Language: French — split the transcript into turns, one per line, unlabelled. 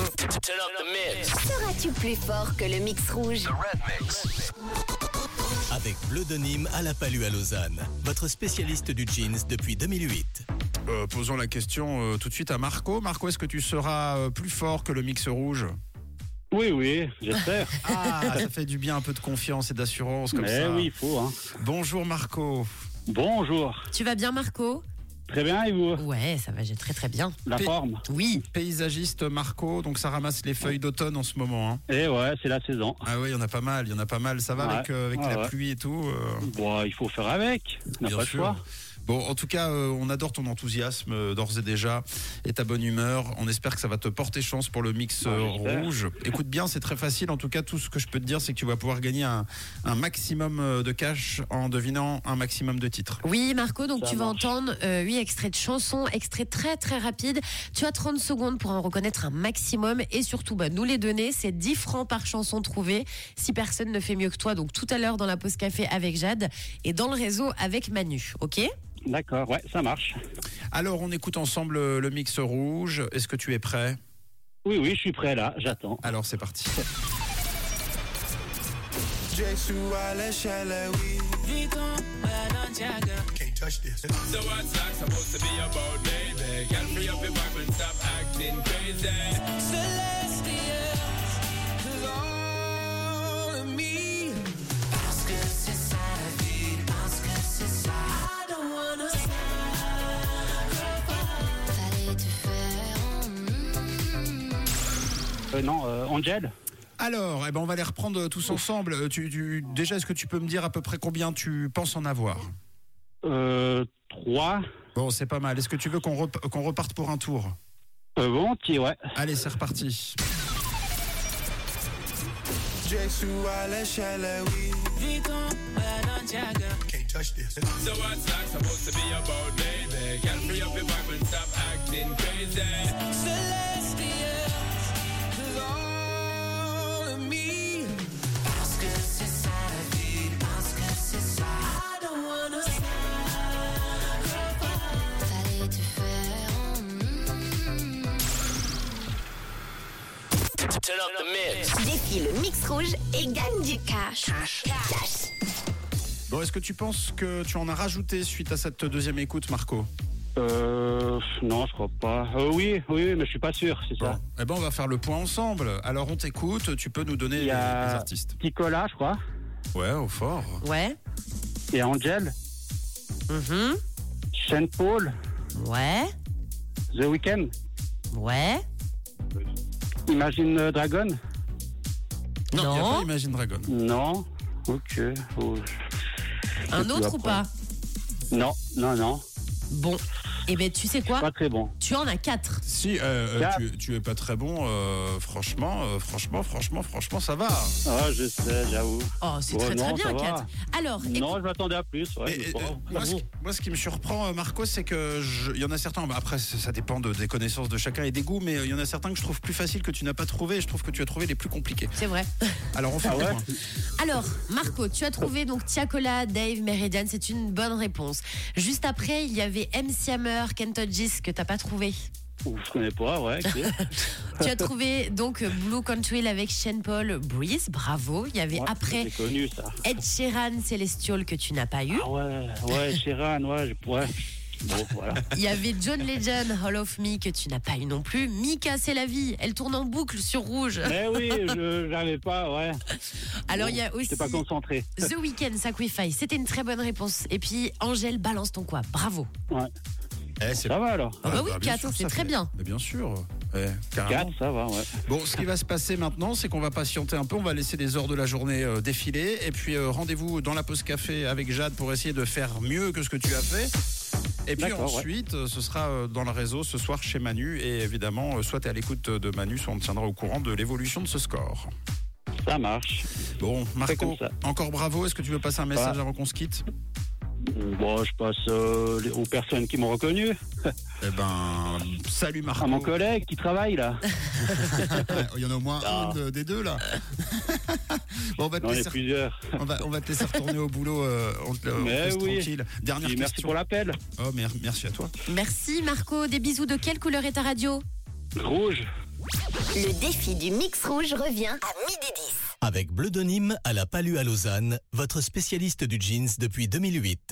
Turn up the mix.
Seras-tu plus fort que le mix rouge
Red mix.
Avec Bleu de Nîmes à la Palue à Lausanne, votre spécialiste du jeans depuis 2008.
Euh, posons la question euh, tout de suite à Marco. Marco, est-ce que tu seras euh, plus fort que le mix rouge
Oui, oui, j'espère.
Ah, ça fait du bien un peu de confiance et d'assurance comme
Mais
ça.
oui, il faut. hein.
Bonjour Marco.
Bonjour.
Tu vas bien, Marco
Très bien, et vous
Ouais, ça va, j'ai très très bien.
La
P-
forme
Oui.
Paysagiste Marco, donc ça ramasse les feuilles d'automne en ce moment. hein.
Eh ouais, c'est la saison.
Ah oui, il y en a pas mal, il y en a pas mal. Ça va
Ouais,
avec, euh, avec la
ouais, ouais.
pluie et tout. euh,
Bon, il faut faire avec. On n'a
bien
pas le
sûr.
choix.
Bon, en tout cas, euh, on adore ton enthousiasme euh, d'ores et déjà et ta bonne humeur. On espère que ça va te porter chance pour le mix
Ouais,
euh,
j'espère.
rouge. Écoute bien, c'est très facile. En tout cas, tout ce que je peux te dire, c'est que tu vas pouvoir gagner un, un maximum euh, de cash en devinant un maximum de titres.
Oui, Marco, donc
Ça
tu vas
marche.
entendre euh, huit extraits de chansons, extraits très très rapides. Tu as 30 secondes pour en reconnaître un maximum et surtout bah, nous les donner. C'est 10 francs par chanson trouvée. Si personne ne fait mieux que toi, donc tout à l'heure dans la pause café avec Jade et dans le réseau avec Manu, ok
D'accord, ouais, ça marche.
Alors, on écoute ensemble euh, le mix rouge. Est-ce que tu es prêt
Oui, oui, je suis prêt là, j'attends.
Alors, c'est parti.
Can't touch this.
So what's that supposed to be about, baby? Girl, free up your vibe and stop acting crazy.
Euh, non, euh, Angel
Alors, eh ben, on va les reprendre tous ensemble. Euh, Tu, tu- déjà, est-ce que tu peux me dire à peu près combien tu penses en avoir
euh, 3.
Bon, c'est pas mal. Est-ce que tu veux qu'on rep- qu'on reparte pour un tour
Euh, volontiers, ouais.
Allez, c'est reparti.
Can't touch this.
So what's that supposed to be about, baby? Girl, free up your vibe and stop acting crazy.
Turn up the mix.
Défie le mix rouge et gagne du cash.
Bon, est-ce que tu penses que tu en as rajouté suite à cette deuxième écoute, Marco
Euh, non, je crois pas. Euh, oui, oui, oui, mais je suis pas sûr, c'est ça.
Eh ben, on va faire le point ensemble. Alors, on t'écoute. Tu peux nous donner
Il y a-
les, les artistes.
Ticola, je crois.
Ouais, au fort.
Ouais.
Et Angel.
Mhm.
Shane Paul.
Ouais.
The Weeknd.
Ouais.
Imagine euh, Dragon.
Non,
Non.
il y a pas Imagine Dragon.
Non. Ok. Oh,
Un
tu
autre
vas
ou pas
Non, non, non.
Bon. Eh ben tu sais quoi
Pas très bon.
Tu en as 4.
Si euh, euh,
Cap.
tu, tu es pas très bon, euh, franchement, euh, franchement, franchement, franchement, ça va.
Ah, je sais, j'avoue.
Oh, c'est
Ouais,
très
non,
très
ça
bien,
va.
4. Alors,
Non, je m'attendais à plus. Ouais,
Et,
mais
et,
bon.
euh, moi, ce, moi, ce qui me surprend, euh, Marco, c'est que je- il y en a certains. bah, après, ça ça dépend de- des connaissances de chacun et des goûts, mais euh, il y en a certains que je trouve plus faciles que tu n'as pas trouvé. Et je trouve que tu as trouvé les plus compliqués.
c'est vrai.
Alors, on fait
Ah
le
ouais
point.
Alors, Marco, tu as trouvé donc Tiakola, Dave, Meridian, c'est une bonne réponse. Juste après, il y avait MC Hammer, Kento Gis, que t'as pas trouvé.
Ouf, je connais pas, ouais. ok.
Tu as trouvé donc Blue Country avec Shane Paul, Breeze, bravo. Il y avait
Ouais,
après Hein?
C'est connu, ça.
Ed Sheeran, Celestial, que tu n'as pas eu.
Ah ouais, ouais, Sheeran, ouais, je pourrais. Bon, voilà.
Il y avait John Legend, Hall of Me, que tu n'as pas eu non plus. Mika, c'est la vie, elle tourne en boucle sur rouge.
Mais oui, je n'arrivais pas, ouais.
Alors, il y a
Bon,
aussi
J'étais pas concentré.
The Weeknd, Sacrifice, c'était une très bonne réponse. Et puis, Angèle, balance ton quoi, bravo.
Eh, c'est
Ça va alors
Ah bah oui,
bien
quatre,
sûr,
c'est
ça
très
fait-
bien.
Mais bien sûr. Ouais, carrément.
4, ça va, ouais.
Ah Bon, ce qui va se passer maintenant, c'est qu'on va patienter un peu, on va laisser les heures de la journée euh, défiler, et puis euh, rendez-vous dans la pause café avec Jade pour essayer de faire mieux que ce que tu as fait. Et puis
D'accord, ouais.
ensuite, euh, ce sera euh, dans le réseau ce soir chez Manu, et évidemment, euh, soit tu es à l'écoute de Manu, soit on te tiendra au courant de l'évolution de ce score.
Ça marche.
Bon, Marco,
comme ça.
encore bravo, est-ce que tu veux passer un message avant qu'on se quitte
Euh, Bon, je passe euh, les- aux personnes qui m'ont reconnu,
Eh ben, salut Marco.
à Ah, mon collègue qui travaille là.
Il y en a au moins
Ah.
un de- des deux là. bon, on va te
On
laisser
est plusieurs.
On va, on va te laisser retourner au boulot. euh, on te, on te
Mais
laisse
oui.
tranquille. Dernière
Puis merci
question.
pour l'appel.
Oh, mer- merci à toi.
Merci Marco, des bisous de quelle couleur est ta radio
Rouge.
Le défi du mix rouge revient à midi 10.
Avec Bleu Denim à la Palue à Lausanne, votre spécialiste du jeans depuis 2008.